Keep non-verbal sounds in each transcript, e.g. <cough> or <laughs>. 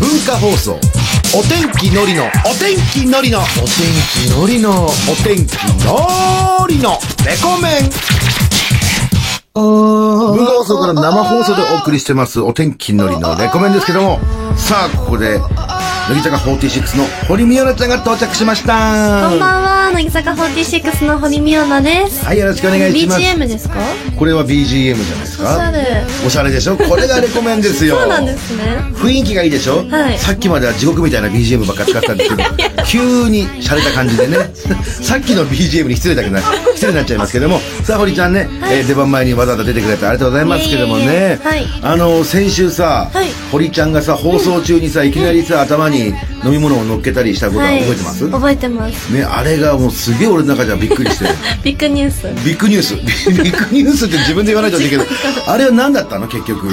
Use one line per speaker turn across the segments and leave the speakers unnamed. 文化放送お天気のりのお天気のりのお天気のりのお天気のりのレコメン文化放送から生放送でお送りしてますお天気のりのレコメンですけどもさあここで乃木坂46の堀美央奈ちゃんが到着しました
こんばんは、乃木坂46の堀美央奈です。
はいよろしくお願いします
BGM ですか
これは BGM じゃないです
おしゃ
か
れ。
おしゃれでしょこれがレコメンですよ
そうなんですね。
雰囲気がいいでしょ、
はい
さっきまでは地獄みたいな BGM ばっか使ってたんですけ
<laughs>
ど急に洒落た感じでね <laughs> さっきの BGM に失礼だけどな失礼になっちゃいますけど
<laughs>
もさあ堀ちゃんね、えー出番前にわざわざ出てくれてありがとうございますけども
いえいえいえ
ね、
はい
あの先週さ、
はい
堀ちゃんがさ放送中にさいきなりさ頭に飲み物を乗っけたりしたことは覚えてます、
覚えてます。
ね、あれがもうすげえ俺の中じゃびっくりして
<laughs> ビッグニュース。
ビッグニュースビッグニュースって自分で言わないといけないけどあれは何だったの結局
な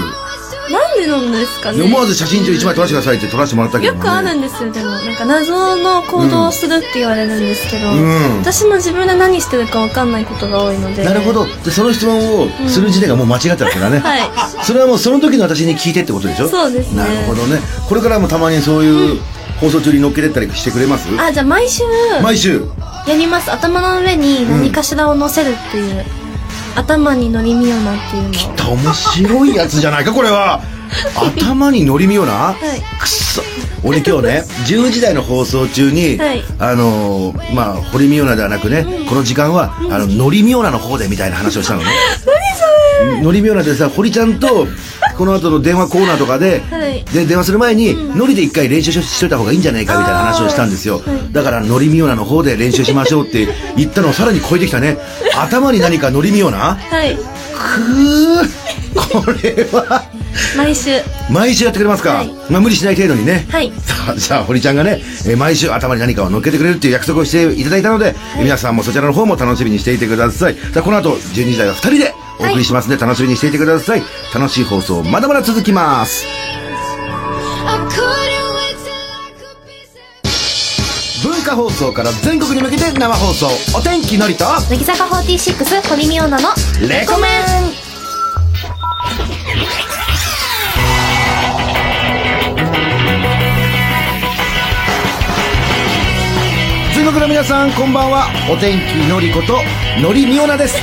んでなんですかね。
思わず写真中1枚撮らせてくださいって撮らせてもらったけど
よ
も、ね、
くあるんですよ、でも。なんか謎の行動をするって言われるんですけど、
ん
私も自分で何してるかわかんないことが多いので。
なるほど。で、その質問をする時点がもう間違ってたわけだね。
はい
それはもうその時の私に聞いてってことでしょ
そうですね
なるほどね。これからもたまにそういう放送中に乗っけてったりしてくれます
あ、じゃあ毎週、
毎週。
やります。頭の上に何かしらを乗せるっていう。頭に乗りみよなっていうのを。
面白いやつじゃないか、これ
<laughs>
は。頭に乗りみような、
い
くっそ俺今日
<laughs>
ね10時台の放送中に、
はい
あのーまあ堀美央奈ではなくね、この時間は、あののりみよなの方でみたいな話をしたのね何それのりみよなでさ堀ちゃんとこの後の電話コーナーとかで、
はい
で電話する前に、のりで一回練習ししといた方がいいんじゃないかみたいな話をしたんですよ、だからのりみよなの方で練習しましょうって言ったのをさらに超えてきた
<laughs>
ね頭に何かのりみよな
はい。
くーこれは
毎週。
毎週やってくれますか、
はい
まあ無理しない程度にね
はい
さあ <laughs> じゃあ堀ちゃんがね、えー毎週頭に何かを乗っけてくれるっていう約束をしていただいたので、皆さんもそちらの方も楽しみにしていてくださいさあこの後12時台は2人でお送りしますので、楽しみにしていてください楽しい放送まだまだ続きます文化放送から全国に向けて生放送お天気のりと
乃木坂46、堀美央奈の、
レコメン全国の皆さんこんばんはお天気のりことのりみおなです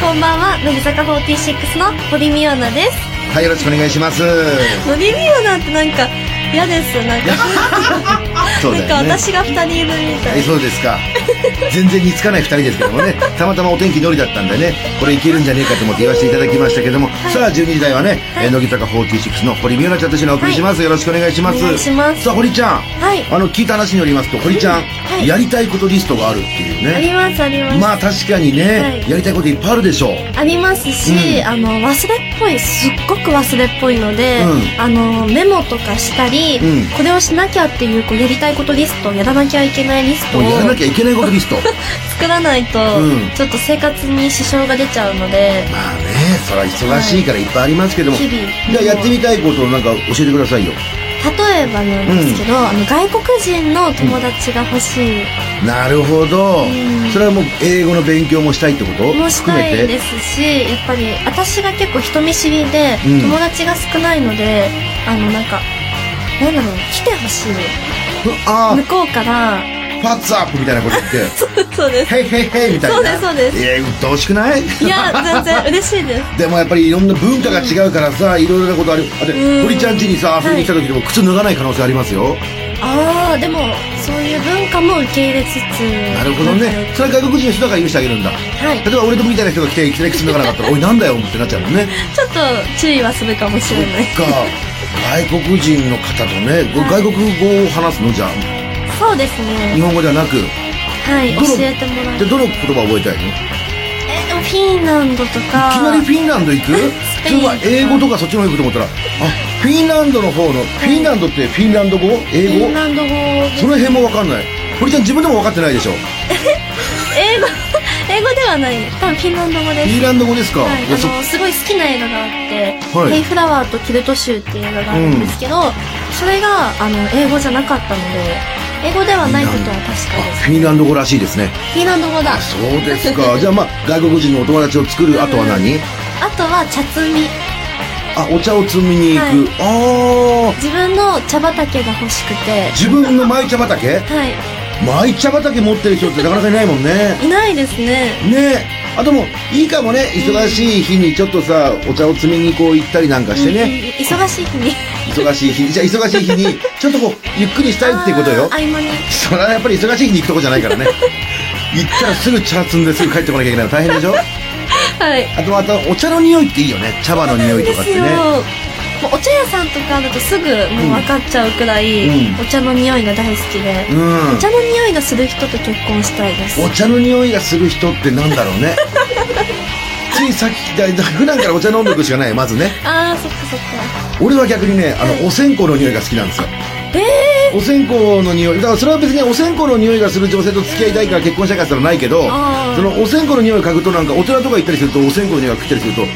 こんばんは、乃木坂46の堀美央奈です。
はいよろしくお願いし
<laughs>
ます
のりみよなんてなんか嫌ですなんか、
そうだ
な
よ
ん
ね
か私が二人いるみた
え
い
そうです
<laughs>
か全然似つかない2人ですけどもねたまたまお天気のりだったんでねこれいけるんじゃねえかと思って言わせていただきましたけども、さあ12時台はね、えー乃木坂46の堀美央奈ちゃんと一緒にお送りします、よろしくお願いします
お願いします
さあ堀ちゃん、
はい
あの聞いた話によりますと堀ちゃん、
い
やりたいことリストがあるっていう
なあり
ね
ますあります、
まあ確かにね、
はい
やりたいこといっぱいあるでしょう
ありますし、あの忘れっぽいすっごく忘れっぽいので、
うん
あのメモとかしたり、
うん
これをしなきゃっていうこうやりたいことリストやらなきゃいけないリストを
もうやらなきゃいけないことリスト
作らないと、
うん
ちょっと生活に支障が出ちゃうので
まあねそれは忙しいからいっぱいありますけども、
日々
じゃあやってみたいことをなんか教えてくださいよ
例えばなんですけど、あの外国人の友達が欲しい、
なるほど、
ん
それはもう英語の勉強もしたいってこと
もしたいで
含
すしやっぱり私が結構人見知りで、
うん
友達が少ないのであのなんかなんだろう来てほしい
めてあ
向こうから
あパッツアップみたいなこと言って「
<laughs> そうです
ヘイヘイヘイ」みたいな
そうですそうです
いやうっとうしくない
いや全然嬉しい
<laughs>
です
でもやっぱりいろんな文化が違うからさ、いろいろなことあるあで
うん
堀ちゃん家にさ遊びに来た時でも靴脱がない可能性ありますよ、
ああでもそういう文化も受け入れつつ
なるほど
ん
ね
か
それは外国人の人だから許してあげるんだ
はい
例えば俺とみたいな人が来ていきなり靴脱がなかったら「おいなんだよ」ってなっちゃうもんね
ちょっと注意はするかもしれない
そっか外国人の方とねご外国語を話すのじゃあ
そうです
日
ね
本語ではなく
はい
どの
教えてもら
で
う
どの言葉を覚えたいの
えでもフィンランドと
いき
か
なりフィンランド行く
ス
普
ペイン
通は英語とかそっちの方行くと思ったらあフィンランドの方のフィンランドってフィンランド語
フィ
英
ン
語
ランド語
その辺も分かんない堀ちゃん自分でも分かってないでしょフ
英語英語ではない多分フィンランド語です
ィンランド語ですか、
はい、
いやそ
あのすごい好きな映画があって「
はい
ヘイフラワーとキルト州」っていう映画があるんですけど、それがあの英語じゃなかったので英語ではないことは確かです
あフィンランド語らしいですね
フィンランド語だ
あそう
<laughs>
ですかじゃあまあ外国人のお友達を作るあとは何
あとは茶摘み
ああお茶を摘みに行く、ああ
自分の茶畑が欲しくて
自分の舞茶畑
は
舞茶畑持ってる人ってなかなかいないもんね
いいないですね
ねえあともいいかもね忙しい日にちょっとさお茶を摘みにこう行ったりなんかして
うん
ね、
忙しい日に
忙しい日にじゃあ忙しい日
<laughs>
にちょっとこうゆっくりしたいっていうことよ
あー合間に
それはやっぱり忙しい日に行くとこじゃないからね行ったらすぐ茶摘んですぐ帰ってこなきゃいけないの大変でしょ
はい
あとまたお茶の匂いっていいよね茶葉の匂いとかって
ですよ
ね
もうお茶屋さんとかだとすぐもう分かっちゃうくらい、
うん
お茶の匂いが大好きで、
うん
お茶の匂いがする人と結婚したいです
お茶の匂いがする人ってなんだろ
<laughs>
うねついさっきだだ普段からお茶飲んでいくしかないまずね
あーそっかそっか
俺は逆にねあ
はい
のお線香の匂いが好きなんですよ
え
お線香の匂いだからそれは別にお線香の匂いがする女性と付き合いたいから結婚したいかってのはないけど
あー
そのお線香の匂いを嗅ぐとなんかお寺とか行ったりするとお線香の匂いが来たりするとほっ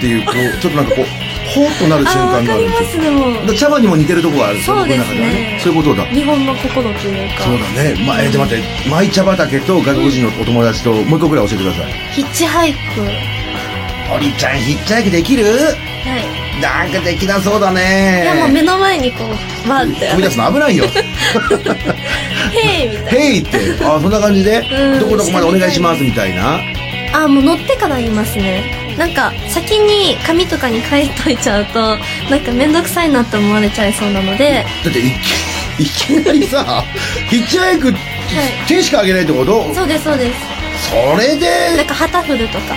ていうこうちょっとなんかこうほっとなる
ー、
瞬
あー
間
分
が
か
あ
り
るん
ま
です
す
よ
でも
だから茶葉にも似てるとこがあるんよ
そうですね
僕の中はそういうことだ
日本の心というか
そうだね、まあえー、じゃあ待って舞茶畑と外国人のお友達ともう一個ぐらい教えてください
ヒッチハイク
おりちゃんヒッチハイクできる
はい
なんかできなそうだ
い
ね
やもう目の前にこうバーって
飛び出すの危
<laughs>
ないよ
「へい」みたい
ヘイってあそんな感じで
うん
どこどこまでお願いしますみたいな
なあもう乗ってから言いますねなんか先に紙とかに書いといちゃうとなんか面倒くさいなって思われちゃいそうなので
だっていきいきなり
<laughs>
さヒッチハイク手しかあげないってこと
そうですそうです
それで
なんか旗振るとか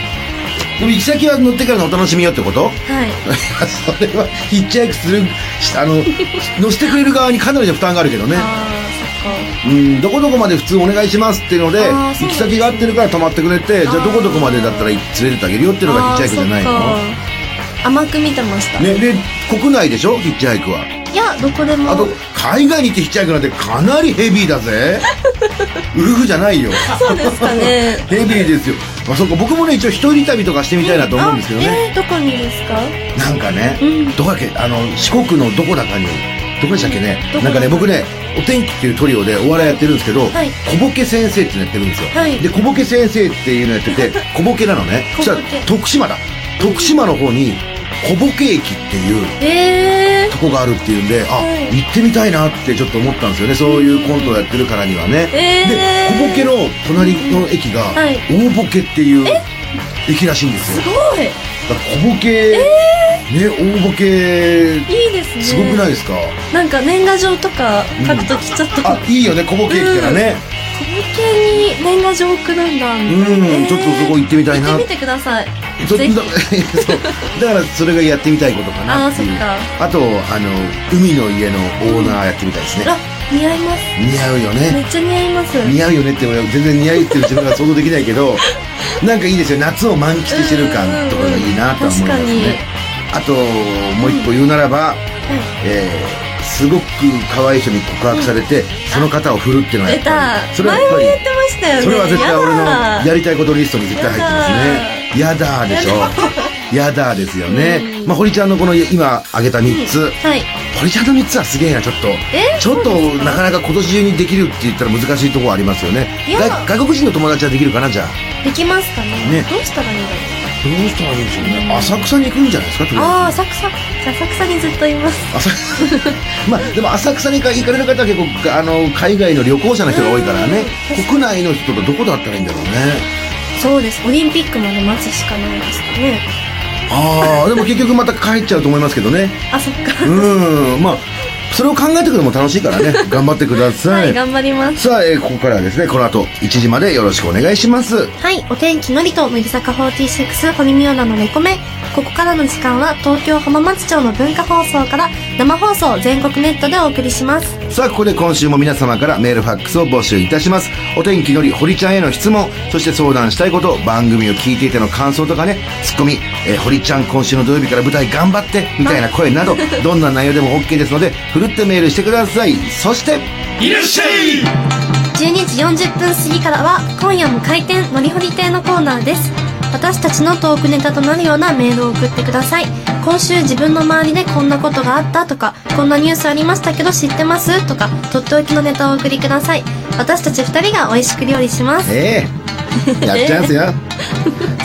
でも行き先は乗ってからのお楽しみよってこと <laughs>
はい
いやそれはヒッチハイクするし
<laughs>
あの乗せてくれる側にかなりの負担があるけどね
あ
うんどこどこまで普通お願いしますっていうので
あーそう
行き先が合ってるから泊まってくれてじゃあどこどこまでだったら連れてってあげるよって
ー
いうの
そっ
がヒッチ
か
ハイクじゃないの
あーそっか甘く見てました、
ね、で国内でしょヒッチハイクはい
やどこでも
あと海外に行ってヒッチハイクなんてかなりヘビーだ
<laughs>
ぜウルフじゃないよ
そうですかね
ヘビーですよ、まあ、そっか僕もね一応一人旅とか <laughs> してみたいなと思うんですけど
あ
ね、
えーどこにですか
なんかね、
うん
どこだっけあの四国のどこだかにどこでしたっけね
どこ
なんかね僕ねお天気っていうトリオでお笑いやってるんですけど、
はい
小ボケ先生っていうのやってるんですよ、
はい
で小ボケ先生っていうのやってて小ボケなのねそしたら
<laughs> 小ボケ
徳島だ徳島の方に小ボケ駅っていう
え
とこがあるっていうんであ、
はい
行ってみたいなってちょっと思ったんですよねそういうコントをやってるからにはね、
えー
で小ボケの隣の駅が
はい
大ボケっていう駅らしいんです
ー、す
よ
ご
だ
い
から小ボケ、ね大ボケ
いいですね
すごくないですか、
なんか年賀状とか書くときちょっと、
あいいよね小ボケ駅からね
コミケに年賀状送るんだみたいな
うんちょっとそこ行ってみたいな
行ってみてください
そ
ぜひ
だ <laughs> そうだからそれがやってみたいことかなっていう
あーそ
あとあの海の家のオーナーやってみたいですね、
あ似合います
似合うよね
めっちゃ似合います
似合うよねって俺は全然似合うっていう自分が想像できないけどなんかいいですよ夏を満喫してる感とかがいいなとは思いますねあともう一個言うならば、
は
えーすごく可愛い人に告白されて、その方を振るっていうのはいや
出
っぱり
た
それはや
前
っ
も
ぱり
言ってましたよね
それは絶対俺の
やだ
やりたいことリストに絶対入ってますねやだーでしょやだーですよね、まあ堀ちゃんのこの今挙げた3つ、
はい
堀ちゃんの3つはすげえなちょっと
え
ちょっとなかなか今年中にできるって言ったら難しいところありますよね
いや
外外国人の友達はできるかなじゃあ
できますかね
ね
どうしたらいいんだろ
どうしたらいいんでしょうね浅草に行くんじゃないですかとり
う
あ
ああー浅草じゃあ浅草にずっといます
えず浅草 <laughs> まあでも浅草に行かれる方は結構あの海外の旅行者の人が多いからね
うん
国内の人とどこだったらいいんだろうね
そうですオリンピックまで待つしかないですかね
ああでも結局また帰っちゃうと思いますけどね
あそっか
うんまあそれを考えていくのも楽しいからね頑張ってくださ、
はいい頑張ります
さあ、えーここからはですねこの後1時までよろしくお願いします
はい、お天気のりと、乃木坂46、堀美央奈のレコメ。ここからの時間は、東京浜松町の文化放送から、生放送全国ネットでお送りします。
さあここで今週も皆様からメールファックスを募集いたしますお天気のり堀ちゃんへの質問そして相談したいこと番組を聞いていての感想とかねツッコミ、えー、堀ちゃん今週の土曜日から舞台頑張ってみたいな声などどんな内容でも OK ですのでふるってメールしてくださいそして
12時40分過ぎからは、今夜も開店、のりほり亭のコーナーです。私たちのトークネタとなるようなメールを送ってください。今週自分の周りでこんなことがあったとか、こんなニュースありましたけど知ってますとか、とっておきのネタをお送りください。私たち二人が美味しく料理します。 <laughs>
ええやっちゃうんすよ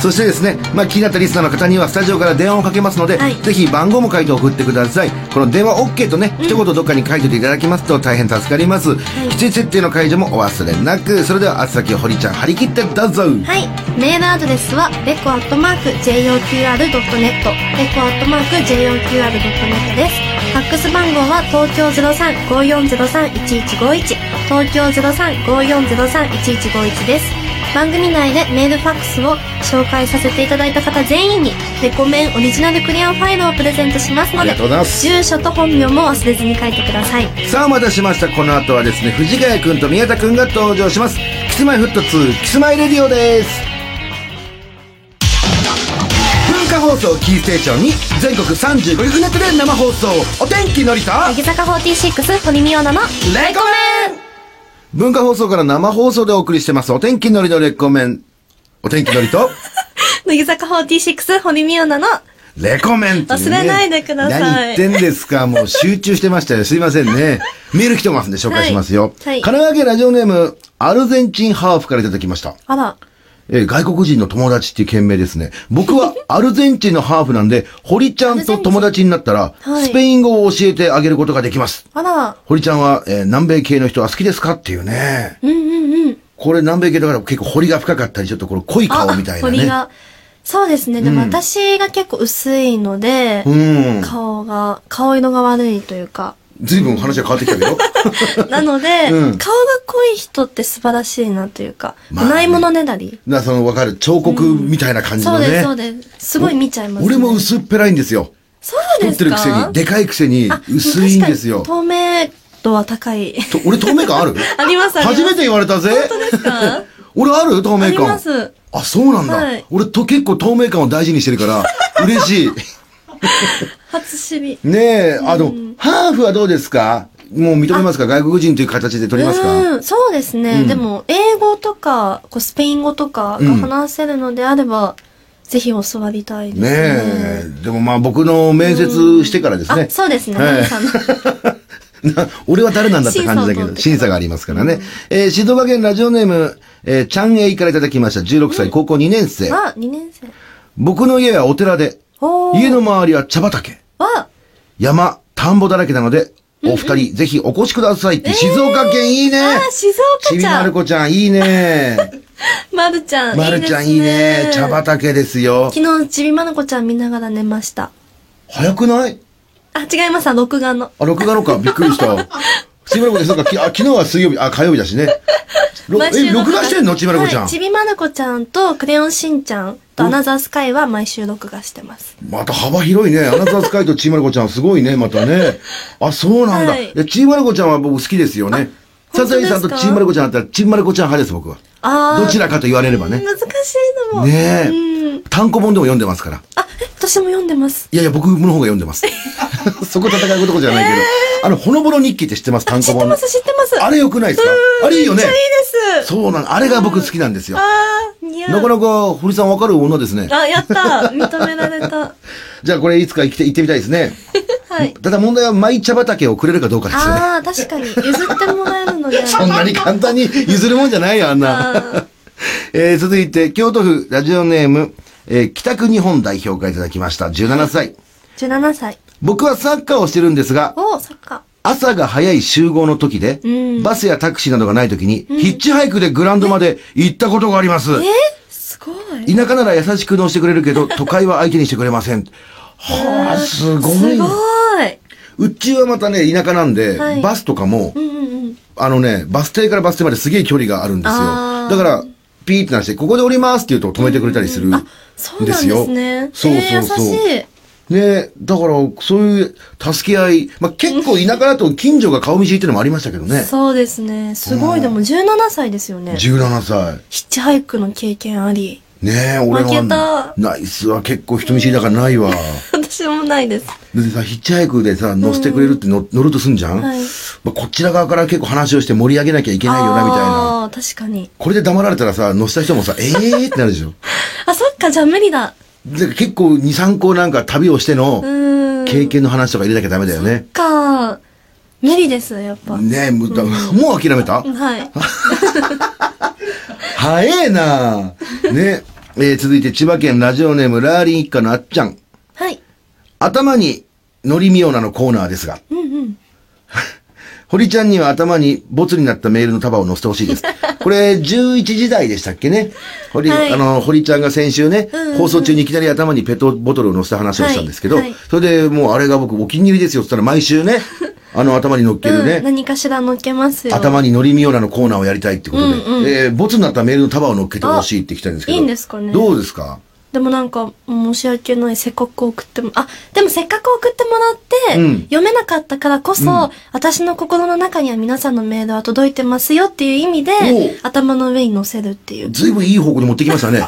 そしてですね、まあ、気になったリスナーの方にはスタジオから電話をかけますので、
はい
ぜひ番号も書いて送ってくださいこの電話 OK とね、一言どっかに書いておいていただきますと大変助かります、基地設定の解除もお忘れなくそれではあつさき堀ちゃん張り切ってどうぞ
はい。メールアドレスは、レコアットマーク JOQR.net、レコアットマーク JOQR.net です。ファックス番号は、東京03-5403-1151、東京03-5403-1151です。番組内でメールファックスを紹介させていただいた方全員に、レコメンオリジナルクリアファイルをプレゼントしますの
あり
で
がとうございま、す
住所と本名も忘れずに書いてください。
さあお待たせしましたこの後はですね藤ヶ谷君と宮田君が登場しますキスマイフット2キスマイレディオです文化放送キーステーションに全国35局ネットで生放送お天気のりと
乃木坂46、堀美央奈の、
レコメン文化放送から生放送でお送りしてますお天気のりのレコメンお天気のりと
<laughs> 乃木坂46、堀美央奈の、
レコメンってうね
忘れないでください
何言ってんですかもう集中してましたよすいません
<laughs>
ねメール来てますんで紹介しますよ、
はいは
神
い
奈川県ラジオネームアルゼンチンハーフからいただきました
あら、
えー外国人の友達っていう件名ですね。僕はアルゼンチンのハーフなんで、堀ちゃんと友達になったら、
はい
スペイン語を教えてあげることができます。
あら、
堀ちゃんは、えー南米系の人は好きですかっていうね。
うんうんうん。
これ南米系だから結構堀が深かったり、ちょっとこの濃い顔みたいな
彫り
ね。
が。そうですね。でも私が結構薄いので、
うん。
顔が、顔色が悪いとい
<laughs>
うか。
随分話が変わってきたけど。
なので、
うん
顔が濃い人って素晴らしいなというか、
まあね
ないものねだり。
な、そのわかる彫刻みたいな感じ
そ
の
う
ね。
です、そうです。すごい見ちゃいます、ね。
俺も薄っぺらいんですよ。
そう
撮
で
って
す
る
か
くせに、でかいくせに
あ、
薄いんですよ。
確かに透明度は高い。
と俺透明感ある
<laughs> あります、ありま
初
す。
めて言われたぜ。
本当ですか
俺ある透
あ
明
り
感。
ます。
あ、そうなんだ。
はい
俺と結構透明感を大事にしてる
<laughs>
から、嬉しい。
初知り。
ねえ、あの、ハーフはどうですかもう認めますか外国人という形で取りますか
うん、そうですね。でも、英語とか、こうスペイン語とかが話せるのであれば、ぜひ教わりたいです
ね
ね。
え、でもまあ僕の面接してからですね。
あ、そうですね。
はい
マミさんの
な <laughs> 俺は誰なんだって感じだけ
審査を通っ
ど、
て
審査がありますからね。えー静岡県ラジオネーム、えーちゃんえいからいただきました。16歳、高校2年生。
あ、2年生。
僕の家はお寺で、
おー
家の周りは茶畑、
は、
山、田んぼだらけなので、お二人、ぜひお越しくださいって、静岡県いいね
あ、静
ち
岡
び
ち
ま
ゃ
る
ん。
子ちゃん、いいね
<laughs> まるちゃん。
まるちゃん、いい
です
ね茶畑ですよ。
昨日、ちびまる子ちゃん見ながら寝ました。
早くない
あ、違います。あ録画の。
あ、録画のか、びっくり
<laughs>
した。ちびまる子です。なんか、きあ昨日は水曜日、あ、火曜日だしね。ろ
毎週
え、録画してんのちびまる子ちゃん。
はいちびまる子ちゃんと、クレヨンしんちゃんと、アナザースカイは毎週録画してます。
また幅広いね。アナザースカイとちーまる子ちゃんすご
<laughs>
いね、またね。あ、そうなんだ。
はい
いや、ちーまる子ちゃんは僕好きですよね。
あ本
サザ
当で
エ
す
さ
か
んとちーまる子ちゃんだったら、ちーまる子ちゃん派です、僕は。
あー
どちらかと言われればね。
難しいのも。
ね
うん
え。単行本でも読んでますから。
あ、え私も読んでます。
いやいや、僕の方が読んで
<laughs>
ます。そこ戦うとこじゃないけど。あの、ほのぼの日記って知ってます、単
知
行
って
本の
ます、。知ってます。
あれ良くないですか
うん
あれいいよね
めっちゃいいです。
そうなんあれが僕好きなんですよ。
あー、似合う。
なかなか、堀さんわかる女ですね。
あ、やった認められ
<laughs>
た。
じゃあこれいつか行って行ってみたいですね。
<laughs> はい。
ただ問題は、マイ茶畑をくれるかどうかですよね。
あー、確かに。譲ってもらえるの
<laughs>
で。
そんなに簡単に譲るもんじゃないよ、あんな。 <laughs> えー続いて、京都府ラジオネーム、えー北区日本代表からいただきました。17歳。
17歳。
僕はサッカーをしてるんですが、
おー、そっか。
朝が早い集合の時で、
うん
バスやタクシーなどがない時に、ヒッチハイクでグラウンドまで行ったことがあります。
えすごい。
田舎なら優しく乗してくれるけ
<laughs>
ど、都会は相手にしてくれません。はあ、すご
す
い。
ごい。
うちはまたね、田舎なんで、
はい
バスとかも、
うんうんうん。
あのね、バス停からバス停まですげえ距離があるんですよ。
あー
だから、ピーってなして、ここで降りますって言うと止めてくれたりするん
あ、そうなんですね。
そう
え
そう
ー
そう。
優しい。
ねだから、そういう助け合い、まあ、結構田舎だと近所が顔見知りってのもありましたけどね。
<laughs> そうですね。すごい。でも17歳ですよね。
17歳。
ヒッチハイクの経験あり。 <laughs>
ねえ、俺
負け
は
た、
ナイスは結構人見知りだからない
<laughs>
わ。
私もないです。
でさ、ヒッチハイクでさ、乗せてくれるっての、乗るとすんじゃん、
はい
まあ、こちら側から結構話をして盛り上げなきゃいけないよな、みたいな。
あー確かに。
これで黙られたらさ、乗せた人もさ、えーってなるでしょ。
あ、そっか、じゃあ無理だ。
で結構2、3個なんか旅をしての
うーん。
経験の話とか入れなきゃダメだよね。
か、無理です、やっぱ。
ねえ、むだもう諦めた
はい。
早えなねえ。えー続いて千葉県ラジオネームラーリン一家のあっちゃん。
はい。
頭にのりみおなのコーナーですが。 <laughs> 堀ちゃんには頭にボツになったメールの束を載せてほしい
<laughs>
です。これ、11時台でしたっけね。堀、
はい
あの、堀ちゃんが先週ね、
うんうん
放送中にいきなり頭にペットボトルを載せた話をしたんですけど、
はいはい
それでもうあれが僕お気に入りですよって言ったら毎週ね、あの頭に乗っけるね、
うん、何かしら乗っけますよ。
頭に乗りみよらのコーナーをやりたいってことで、
うんうん
えーボツになったメールの束を乗っけてほしいって来たんですけど。
あいいんですかね
どうですか
でもなんか、申し訳ない。せっかく送っても、あ、でもせっかく送ってもらって、
うん
読めなかったからこそ、私の心の中には皆さんのメールは届いてますよっていう意味で
おう、
頭の上に乗せるっていう。
ずいぶんいい方向に持ってきました
<laughs>
ね。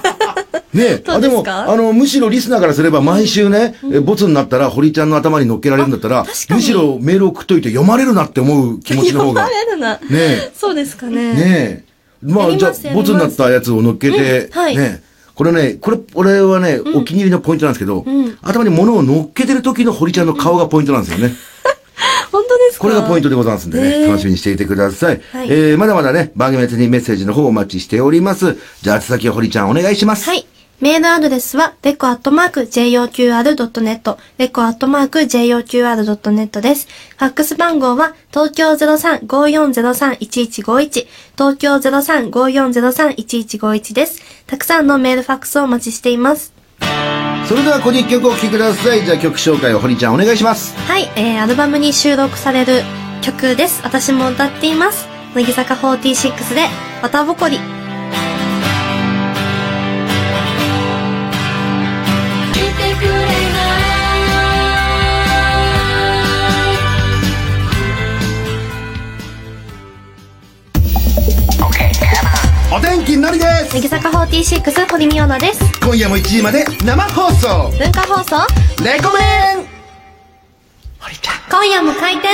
ねえ、
どう
で
です
も、
か
あの、むしろリスナーからすれば毎週ね、えボツになったら堀ちゃんの頭に乗っけられるんだったら
あ確、かに
むしろメール送っといて読まれるなって思う気持ちの方
<laughs> 読
が
ま。れるな。
ね
そうですか
え、
ね。
ねえ。ま
や
あ、
り
じゃ
ます
あ、
やり
ボ
ま
ツ
す
になったやつを乗っけて、
うんはい
ねえこれね、これ、俺はね、お気に入りのポイントなんですけど、
うん
頭に物を乗っけてる時の堀ちゃんの顔がポイントなんですよね。
本当ですか
これがポイントでございますんでね、
えー
楽しみにしていてください。
はい
えー、まだまだね、番組宛てにメッセージの方をお待ちしております。じゃあ、宛先を堀ちゃんお願いします。
はい。メールアドレスは、レコアットマーク JOQR.net、レコアットマーク JOQR.net です。ファックス番号は、東京03-5403-1151、東京03-5403-1151です。たくさんのメールファックスをお待ちしています。
それでは、ここで一曲お聴きください。じゃあ、曲紹介を堀ちゃんお願いします。
はい、えー、アルバムに収録される曲です。私も歌っています。乃木坂46で、綿ぼこり。
来てくれない
お天気のりです
乃木坂46、堀美央奈です。
今夜も1時まで生放送
文化放送、
レコメ
今夜も開店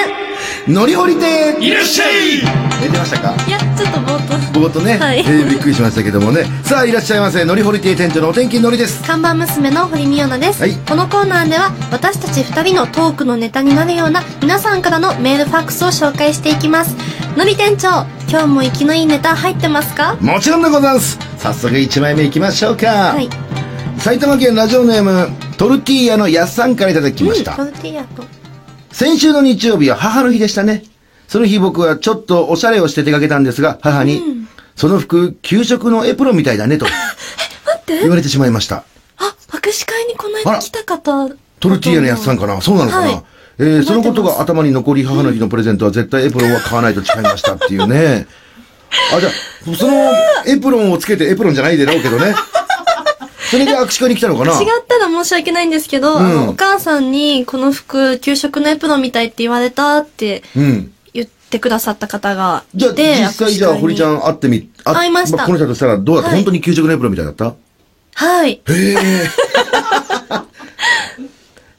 ンのりほり亭
いらっしゃい
出てましたか
いや、ちょっとぼーっと。
冒頭ね、
はい
えーびっくりしましたけどもね。さあ、いらっしゃいませ。のりほり亭店長のお天気のりです。
看板娘の堀美央奈です、
はい
このコーナーでは私たち2人のトークのネタになるような皆さんからのメールファックスを紹介していきますのり店長今日も生きのいいネタ入ってますか
もちろんでございます。早速1枚目いきましょうか。
はい
埼玉県ラジオネームトルティーヤのやっさんからいただきました、
うんトルティーヤと
先週の日曜日は母の日でしたねその日僕はちょっとおしゃれをして出かけたんですが母に、その服給食のエプロンみたいだね
<laughs>
と
待って
言われてしまいました
あ握手会にこの
あ
間
ら
来た方
トルティーヤのやっさんかなそうなのかな、
はい
えーそのこと
覚えてます
が頭に残り母の日のプレゼントは絶対エプロンは買わないと誓いましたっていうねあじゃあそのエプロンをつけてエプロンじゃないでだろうけど
<laughs>
ねそれで握手会に来たのかな
違ったら申し訳ないんですけ
ん
ど、あのお母さんにこの服給食のエプロンみたいって言われたって
うん
言ってくださった方がい
じゃあ、
て
実際じゃあ、
握手会に
堀ちゃん会ってみ、あ
会いました
あこの人としたらどうだった、
はい
本当に給食のエプロンみたいだった
はい
へえ。 <laughs>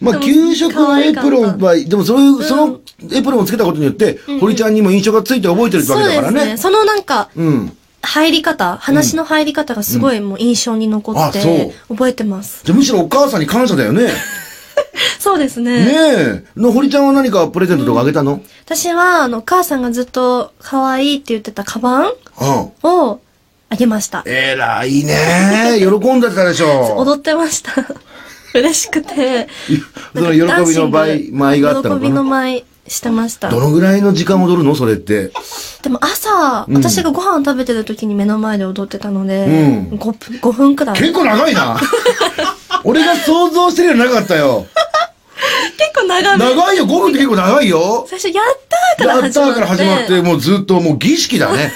まあ、
でも
給食のエプロンは、でもそういう、そのエプロンをつけたことによって、堀ちゃんにも印象がついて覚えてるってわけだから
そうですね
ね。
そのなんか、
うん。
入り方、話の入り方がすごいもう印象に残
うんあそ
って、覚え
<laughs>
てます。
じゃあむしろお母さんに感謝だ
<laughs>
よね。ね
そうですね。
え。の、堀ちゃんは何かプレゼントとかあげたの、うん、
私は、あの、お母さんがずっと可愛いって言ってたカバンをあげました。
えらいね喜んでたでしょ。
踊ってました。 <laughs> 嬉しくて。
その喜び
ダンシン
の
グ
倍、舞があったの
喜
か
び
な。
の舞してました。
どのぐらいの時間踊るのそれって。
でも朝、
ん
私がご飯食べてる時に目の前で踊ってたので、
うん
5, 分5分くらい。
結構長いな。
<laughs>
俺が想像してるより長かったよ。
結構長め。
長いよ、5分って結構長いよ。
最初、やったーから
やっ
始ま
たー
って。
から始まって、もうずっともう儀式だ
<laughs>
ね。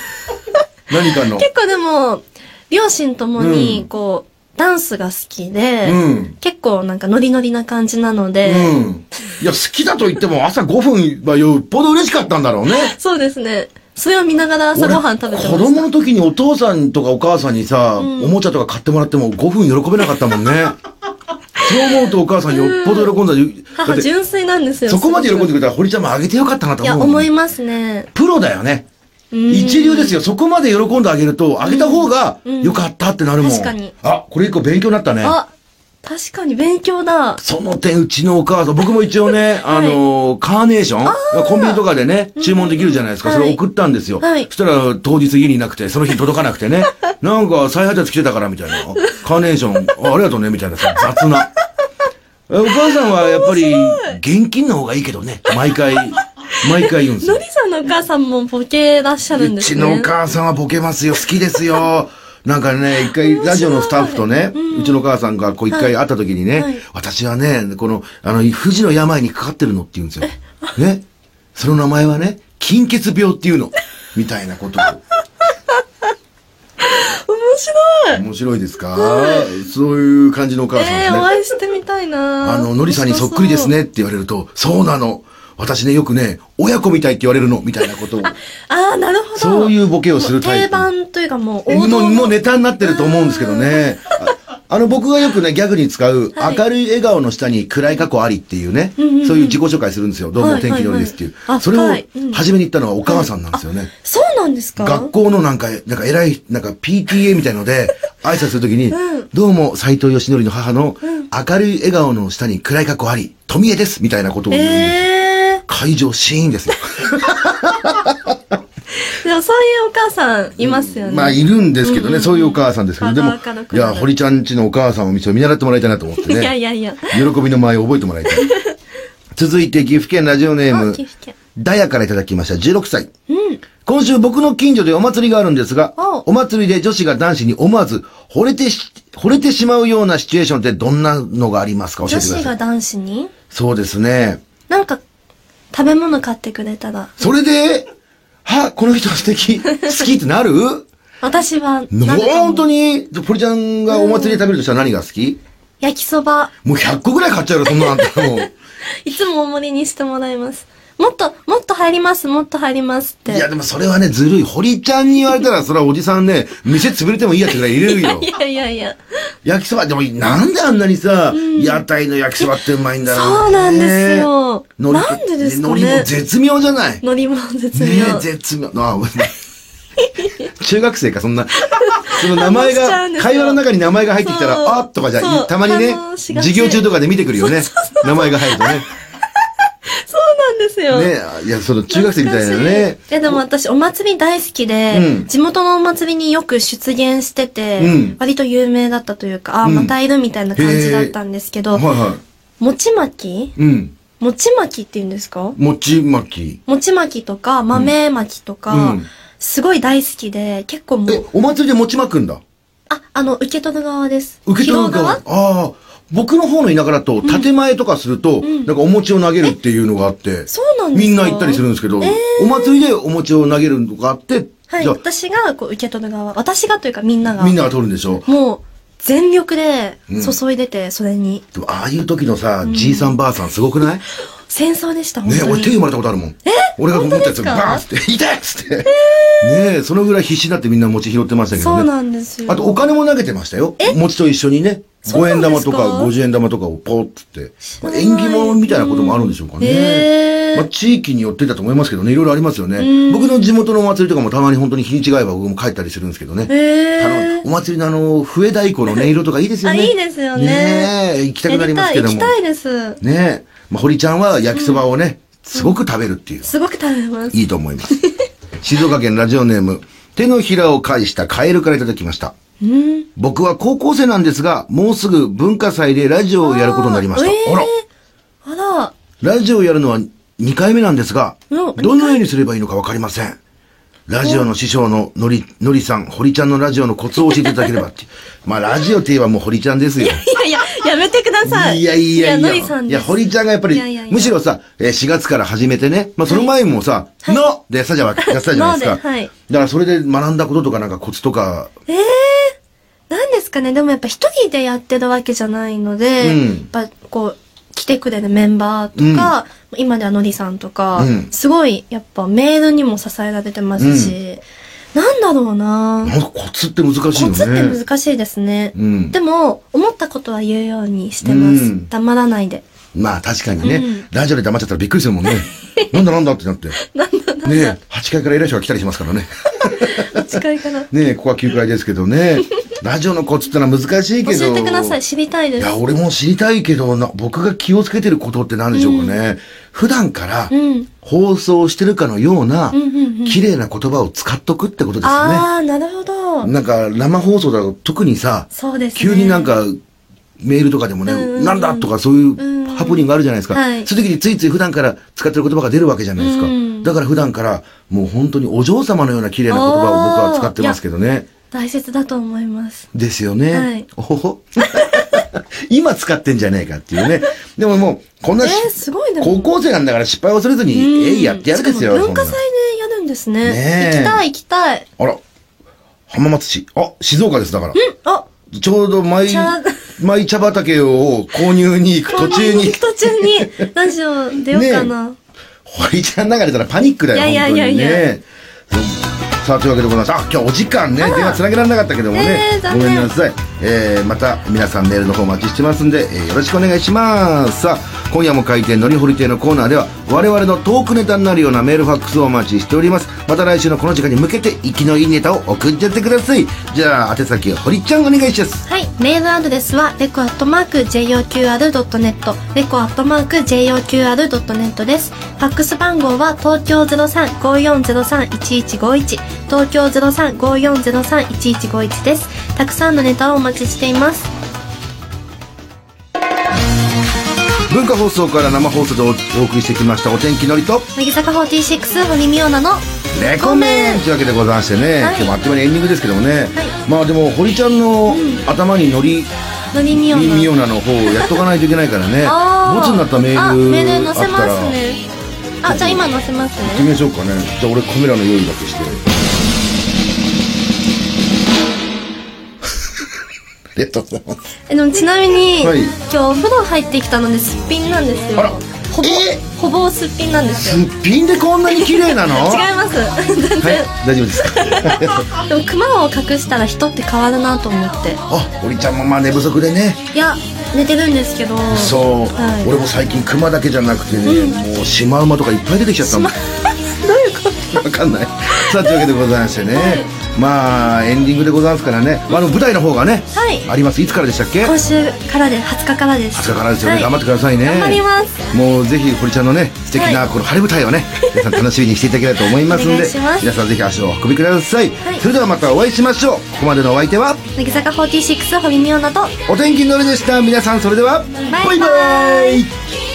何かの。
結構でも、両親とも
う
に、こう、ダンスが好きで、
うん
結構なんかノリノリな感じなので、
うん。いや、好きだと言っても朝5分はよっぽど嬉しかったんだろうね。
そうですね。それを見ながら朝ごはん食べてました。
俺子供の時にお父さんとかお母さんにさ、おもちゃとか買ってもらっても5分喜べなかった
<laughs>
もんね。そう思うとお母さんよっぽど喜んだ。だっ
母
て、
純粋なんですよ。
そこまで喜んでく
る。
れたら堀ちゃんもあげてよかったなと
い
思う
や、
もんね。
思いますね。
プロだよね。一流ですよ。そこまで喜んであげると、あげた方が良かったってなるもん。
うん確かに
あ、これ一個勉強になったね。
あ、確かに勉強だ。
その点、うちのお母さん、僕も一応ね、あのーカーネーションコンビニとかでね、注文できるじゃないですか。
うん
それを送ったんですよ。
はい
そしたら、当日家にいなくて、その日届かなくてね。なんか、再配達来てたから、みたいな。カーネーション、あありがとうね、みたいなさ、雑な。えお母さんはやっぱり、現金の方がいいけどね。毎回、毎回言うんです
の
よ
り。さんのお母さんもボケらっしゃるん
う
です
ち
ね。
のお母さんはボケますよ。好きです
<laughs>
よ。なんかね、一回、ラジオのスタッフとね、うちのお母さんが、こう一回会った時にね、
はい
私はね、この、あの、富士の病にかかってるのって言うんです
<laughs>
よ。ね。その名前はね、金欠病っていうの。みたいなことを。
面白い。
面白いですか、そういう感じのお母さんですね。
えー、お会いしてみたいな
あの、のりさんにそっくりです。ねって言われると、そうなの。私ね、よくね、親子みたいって言われるの、みたいなことを。
ああ、なるほど。
そういうボケをするタイプ
もう定番というかもう王
も
道
う
の。
もうネタになってると思うんですけどね。ああの、僕がよくね、ギャグに使う、
はい
明るい笑顔の下に暗い過去ありっていうね、
んうんうん
そういう自己紹介するんですよ。どうも、
はい
天気のりですっていう。
はいはいあ
それ
深いうん
を、初めに言ったのはお母さんなんですよね。
そうなんですか
学校のなんか、なんか偉い、なんか PTA みたいので、挨拶するときに、
うん
どうも、斎藤義則の母の、明るい笑顔の下に暗い過去あり、富江ですみたいなことを言うんです
ええ
会場シーンですよ。
ー。でもそういうお母さんいますよね。
まあ、いるんですけどね、そういうお母さんですけど、でも、
まだ明るく
いや、堀ちゃんちのお母さんを見見習ってもらいたいなと思ってね。
いやいやいや。
喜びの舞を覚えてもらいたい。続いて、岐阜県ラジオネー
あ、
ム
岐、阜県。
ダヤからいただきました、16歳。
うん。
今週僕の近所でお祭りがあるんですが
お、
お祭りで女子が男子に思わず惚れてし、惚れてしまうようなシチュエーションってどんなのがありますか教え
女
てくだ
子
さ
が
い。
男子に
そうですね。
なんか、食べ物買ってくれたら。
それで、は、この人素敵、好きってなる
私は、なんかもう
本当に、ポリちゃんがお祭りで食べるとしたら何が好き
焼きそば、
もう100個ぐらい買っちゃうよ、そんなのあん
<laughs>
たもう。
いつも大盛りにしてもらいます。もっと、もっと入ります、もっと入りますって。
いや、でもそれはね、ずるい。堀ちゃんに言われたら、それはおじさんね、店潰れてもいいやつぐらい入れるよ
い。やいやいや。
焼きそば、でもなんであんなにさ、屋台の焼きそばってうまいんだろう
そうなんですよ。
海苔と
なんでですかね。
海苔も絶妙じゃない。ね
乗り物絶
え
妙。
絶妙。あ、ごめん <laughs> 中学生か、そんな。その名
<laughs>
前
反応しちゃうんで
が、
すよ
会話の中に名前が入ってきた
そう
ら、あとかじ
そ
ゃ、
う
たまにね
反応、しがち
授業中とかで見てくるよ
<laughs>
ね。名前が入るとね。
そうなんですよ。
ねえいや、その中学生みたいなね
懐。かしいえ、でも私、お祭り大好きで、
うん
地元のお祭りによく出現してて、
うん
割と有名だったというか、ああ、
うん
またいるみたいな感じだったんですけど、
はいは
餅巻き
い。うん。
餅巻きって言うんですか
餅巻き。
餅巻きとか、豆巻きとか、
うん
すごい大好きで、結構も
え
う、、
お祭りで餅まくんだ。
あ、あの、受け取る側です。
受け取る
拾う
側。ああー。僕の方の田舎だと、建前とかすると、
ん
なんかお餅を投げるっていうのがあって、
そうなんです
み
か
んな行ったりするんですけど、お祭りでお餅を投げるのがあって、
はい、
じゃ
私がこう受け取る側、私がというかみんな
あ、
が、
みんなが取るんでしょ
もう、全力で
うん
注いでて、それに。
でもああいう時のさ、じいさんばあさんすごくないね
戦争でした、本当に。
俺手生まれたことあるもん。俺が持ったやつがバーン
本
っつって、痛いっつって。ねえ、そのぐらい必死になってみんな餅拾ってましたけどね。
そうなんですよ。
あとお金も投げてましたよ。餅と一緒にね。
そう
5
な
円
んで
玉
すか
とか50円玉とかをポッつって。まあ
らない
縁起物みたいなこともあるんでしょうか
うんへ
ね。
ー
まあ地域によってだと思いますけどね、いろいろありますよね。僕の地元のお祭りとかもたまに本当に日にちが合えば僕も帰ったりするんですけどね。
へ
あのお祭りのあの、笛太鼓の音色とかいいですよね。
あいいですよね
ねえ行きたくなりますけども。
やりたい、行きたいです。
ねえ。まあ堀ちゃんは焼きそばをね、すごく食べるっていう。
すごく食べます。
いいと思います。静岡県ラジオネーム、手のひらを返したカエルからいただきました。
うん。
僕は高校生なんですが、もうすぐ文化祭でラジオをやることになりました。
あー
あら、
えーあら、
ラジオをやるのは2回目なんですが、
うん
どのようにすればいいのかわかりません。ラジオの師匠ののり、のりさん、堀ちゃんのラジオのコツを教えていただければって。まあ、ラジオって言えばもう堀ちゃんですよ。
いやいや、やめてください。
いやいやいや。
のりさんで
い
す。
や、堀ちゃんがやっぱり
いやいやい、や
むしろさ、えー4月から始めてね、まあその前もさ、
はい
のでやってたじゃ
<laughs>
んやってたじゃないです
の
か。
ではい
だからそれで学んだこととかなんかコツとか、
ええなんですかねでもやっぱ一人でやってるわけじゃないので、
うん
やっぱこう、来てくれるメンバーとか、今ではのりさんとか、
うん
すごいやっぱメールにも支えられてますし、なんだろうな
なんかコツって難しいよね。
コツって難しいですね。
うん
でも、思ったことは言うようにしてます。
うん
黙らないで。 <laughs>
まあ確かにね、
うん
ラジオで黙っちゃったらびっくりするもんね。
<laughs>
なんだなんだってなって。ねえ、8階から偉い人が来たりしますからね。
近いかな。 <laughs>
ねえ、ここは9階ですけどね。ラジオのコツってのは難しいけど。
教えてください知りたいです
いや、俺も知りたいけどな、僕が気をつけてることって何でしょうかね。普段から
うん
放送してるかのような、
んうんうん
綺麗な言葉を使っとくってことですよね。
ああなるほど
なんか生放送だと特にさ、
そうですね
急になんか、メールとかでもね、
うんうんうん
なんだとかそういうハプニングがあるじゃないですか。
はい
そういう時についつい普段から使ってる言葉が出るわけじゃないですか。
うん
だから普段からもう本当にお嬢様のような綺麗な言葉を僕は使ってますけどね。
大切だと思います
ですよね。
はい
お <laughs> ほほ。今使ってんじゃねえかっていうね。でももう、こんなし、
えーすごいな
高校生なんだから失敗を恐れずに、
うん
えいやってやるですよ。
しかも文化
そんな
祭でやるんですね
ねえ
行きたい行きたい
あら、浜松市。あ、静岡です、だから。
あ
ちょうど舞
茶、
舞茶畑を購入に行く途中に、
途中にラジオ出ようかな、
堀ちゃん流れたらパニックだよ、
いやい
本当
や
に
いやいや
ね。さあ、というわけでございます。あ、今日お時間ね、電話繋げられなかったけども
え
ね
ー。残
ご
念
めんなさい。えー、また皆さんメールの方お待ちしてますんで、えーよろしくお願いします。さあ、今夜も開店のりほり亭のコーナーでは、我々のトークネタになるようなメールファックスをお待ちしております。また来週のこの時間に向けて、息のいいネタを送っちゃってください。じゃあ、宛先、堀ちゃんお願いします。
はい、メールアドレスはレコアットマーク JOQR.net レコアットマーク JOQR.net ですファックス番号は東京0354031151東京0354031151ですたくさんのネタをお待ちしています
文化放送から生放送でおお送りしてきました、お天気のりと、
乃木坂46堀美央奈の
レコメンというわけでございましてね、
はい
今日もあっという間にエンディングですけどもね、まあでも堀ちゃんの頭に乗り、
乃木美
ミ
央
ミオナ
奈
の方をやっとかないといけないからね
あー
ボツになったメ
あ
ー
メー
ル
ル
あっ
載せ
た
ま
ら
す
行
ねあじゃあ今載せます
ってみ
ね
ましょうかねじゃあ俺カメラの用意だけ
<laughs>
してありがとうございます
えでもちなみに、
はい
今日お風呂入ってきたのですっぴんなんですよ
あら
ほぼ、
え
ほぼすっぴんなんですよ
すっぴんでこんなに綺麗なの
違います <laughs>
は
全
い
然、
大丈夫ですか <laughs>
でもクマを隠したら人って変わるなと思って
あ堀ちゃんもまあ寝不足でね
いや寝てるんですけど
そう、
はい、
俺も最近クマだけじゃなくてね、もうシマウマとかいっぱい出てきちゃったのど
<laughs>
ういうことわかんないさあというわけでございましてね、まあエンディングでございますからね、まあ、あの舞台の方がね、
はい
ありますいつからでしたっけ
今週からで20日からです
20日からですよね、
はい
頑張ってくださいね
頑張ります
もうぜひ堀ちゃんのね素敵
は
ないこの晴れ舞台を
<laughs>
ね、皆さん楽しみにしていただけたらと思いますんで
お願いします
皆さんぜひ足をお運びください、
はい
それではまたお会いしましょうここまでのお相手は
乃木坂46堀美央奈と
お天気のりでした皆さんそれでは
バイバイ
バイバイ
「君の